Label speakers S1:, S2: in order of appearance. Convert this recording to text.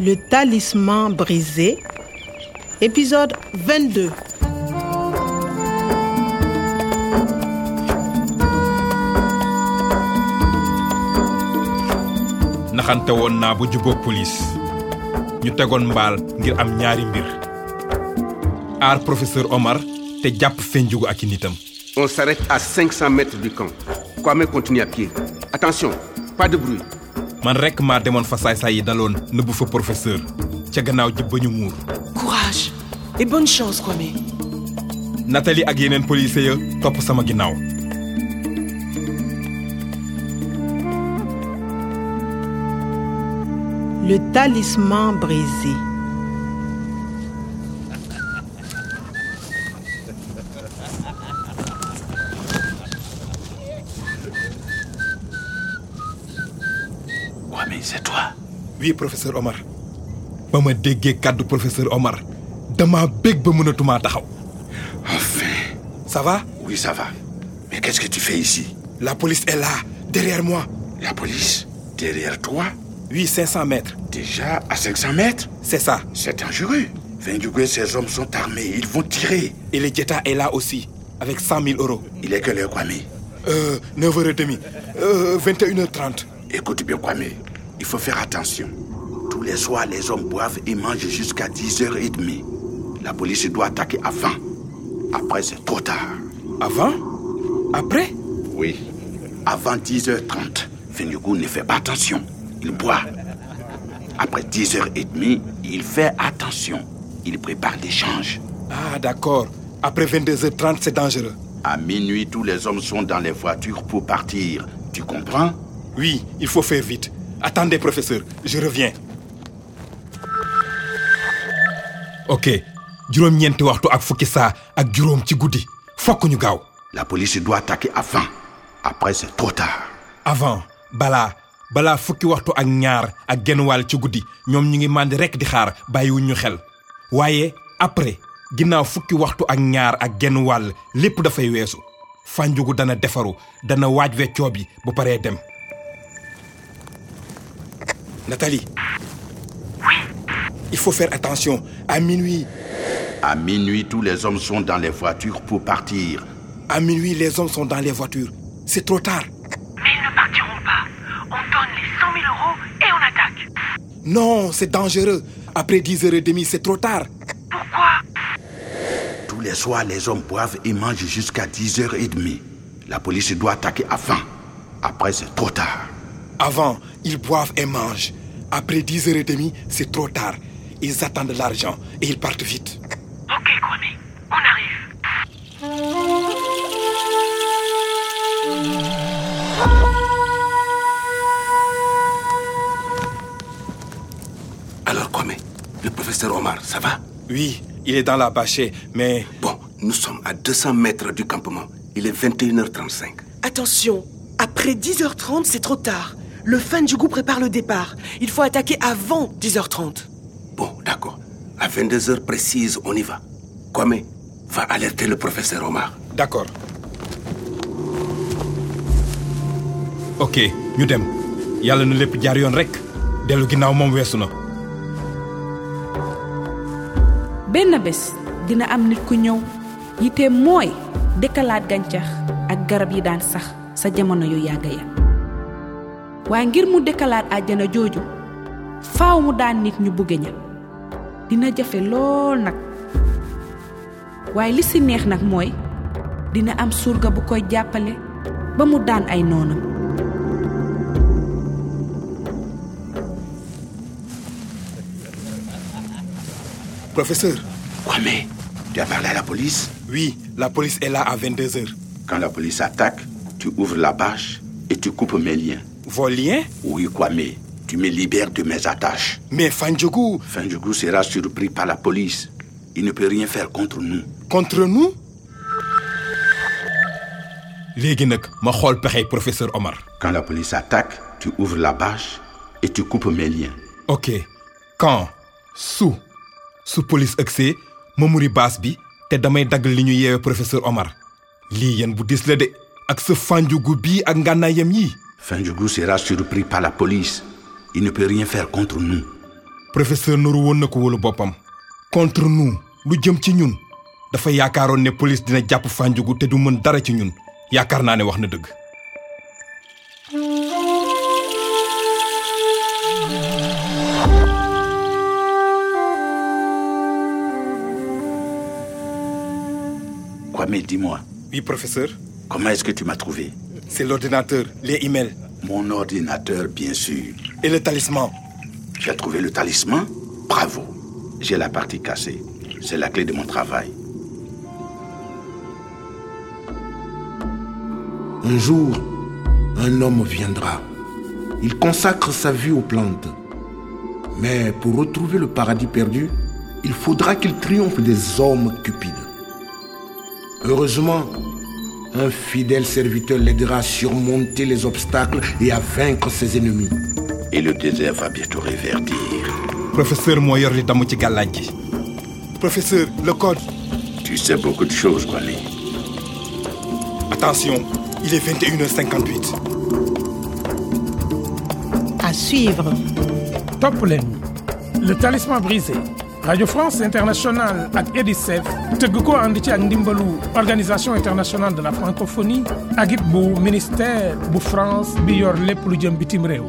S1: Le talisman brisé, épisode 22.
S2: naxante woon naa ba jubóog police ñu tegoon mbaal ngir am ñaari mbir aar professeur Omar te jàpp Fendiougou ak i nitam
S3: On s'arrête à 500 mètres du camp. Kwame continue à pied. Attention, pas de bruit.
S2: man rekk maa demoon fa saay-saay yi daloon nëbbu fa professeur ca gannaaw ji ba ñu muur
S4: Courage et bonne chance, Kwame.
S2: Nathalie ak yeneen policiers ya topp sama ginnaaw
S1: Le talisman brisé.
S5: Kwame, c'est toi.
S2: oui professeur Omar ba ma déggee kàddu professeur Omar dama bég ba mënatumaa taxaw
S5: Enfin.
S2: ça va
S5: Oui, ça va. Mais qu'est-ce que tu fais ici
S2: la police est là derrière moi
S5: La police Derrière toi
S2: oui 500 mètres
S5: Déjà à 500 mètres
S2: c'est ça
S5: C'est dangereux. Vindugu et ses hommes sont armés. Ils vont tirer.
S2: et le Jetta est là aussi avec 100 000 euros
S5: Il est que l'heure, Kwame.
S2: euh, 9h30 euh, 21h30
S5: Écoute bien, Kwame. Il faut faire attention. Tous les soirs, les hommes boivent et mangent jusqu'à 10h30. La police doit attaquer avant. Après, c'est trop tard.
S2: avant après
S5: Oui. Avant 10h30, Fenugu ne fait pas attention. Il boit. Après 10h30, il fait attention. Il prépare l'échange.
S2: ah d'accord après 22h30 c'est dangereux
S5: À minuit, tous les hommes sont dans les voitures pour partir. Tu comprends
S2: Oui, il faut faire vite. Attendez, professeur, je reviens. ok juróom-ñeenti waxtu ak fukki saa ak juróom ci guddi fokk ñu gaaw
S5: La police doit attaquer avant. Après, c'est trop tard.
S2: avant balaa balaa fukki waxtu ak ñaar ak genn wàll ci guddi ñoom ñu ngi màndi rekk di xaar bàyyiwuñ ñu xel waaye après ginnaaw fukki waxtu ak ñaar ak genn wàll lépp dafay weesu fànjugu dana defaru dana waaj weccoo bi bu paree dem Nathalie il faut faire attention à minuit
S5: À minuit, tous les hommes sont dans les voitures pour partir.
S2: à minuit les hommes sont dans les voitures c'est trop tard
S6: Mais ils ne partiront pas. On donne les 100 000 euros et on attaque.
S2: non c'est dangereux après 10h30 c'est trop tard
S6: Pourquoi
S5: Tous les soirs, les hommes boivent et mangent jusqu'à 10h30. La police doit attaquer avant. Après, c'est trop tard.
S2: Avant, ils boivent et mangent. Après 10h30, c'est trop tard. Ils attendent l'argent et ils partent vite.
S6: Ok, Kwame, on arrive.
S7: Alors, Kwame, le professeur Omar, ça va
S2: Oui, il est dans la bâchée, mais
S7: Bon, nous sommes à 200 mètres du campement. Il est 21h35.
S4: Attention, après 10h30, c'est trop tard. Le fan du goût prépare le départ. Il faut attaquer avant 10h30.
S7: Bon, d'accord. À 22h précise, on y va. Kwame, va alerter le professeur Omar.
S2: d'accord. Ok, ñu dem. yàlla na lépp jaar yoon rek. dellu ginnaaw moom weesu na.
S8: benn bés dina am nit ku ñëw yiteem mooy dëkkalaat gàncax ak garab yi daan sax sa jamono yu yàgg ya waaye ngir mu dëkkalaat àjjana jooju faaw mu daan nit ñu bugge ña dina jafe lool nag waaye li si neex nag mooy dina am surga bu koy jàppale ba mu daan ay noonam
S2: Professeur,
S5: Kwame, tu as parlé à la police
S2: oui, la police est là à 22h.
S5: Quand la police attaque, tu ouvres la bâche et tu coupes mes liens.
S2: Vos liens
S5: Oui, Kwame, tu me libères de mes attaches.
S2: Mais Fandjougou,
S5: Fendjougou sera surpris par la police. Il ne peut rien faire contre nous.
S2: contre nous léegi nag ma xool pexey professeur Omar.
S5: Quand la police attaque, tu ouvres la bâche et tu coupes mes liens.
S2: ok quand su su police ëgsee ma muri baas bi te damay dagg li ñu yeewee professeur Omar lii yéen bu diis la de ak sa fanjugu bii ak ngànnaayam yi
S5: Fendjougou sera surpris par la police. Il ne peut rien faire contre nous.
S2: professeur noru woon na ko wóolu boppam contre nous lu jëm ci ñun dafa yaakaaroon ne police dina jàpp Fandiougu te du mën dara ci ñun yaakaar naa ne wax na dëgg
S5: Kwame, dis-moi,
S2: oui professeur
S5: comment est-ce que tu m'as trouvé
S2: c'est l'ordinateur les emails
S5: Mon ordinateur, bien sûr.
S2: et le talisman
S5: Tu as trouvé le talisman Bravo. J'ai la partie cassée. C'est la clé de mon travail.
S7: Un jour, un homme viendra. Il consacre sa vie aux plantes. Mais pour retrouver le paradis perdu, il faudra qu'il triomphe des hommes cupides. Heureusement, un fidèle serviteur l'aidera à surmonter les obstacles et à vaincre ses ennemis.
S5: Et le désert va bientôt réverdir.
S2: professeur moo yor li damm ci gàllaaj gi professeur le code
S5: Tu sais beaucoup de choses, Kwame.
S2: attention il est 21h58
S1: À suivre.
S9: Top leen le talisman brisé radio france internationale ak edicef tëgg ko ànd ci ak ndimbalu organisation internationale de la francophonie ak it bu ministère bu france bi yor lépp lu jëm bitim réew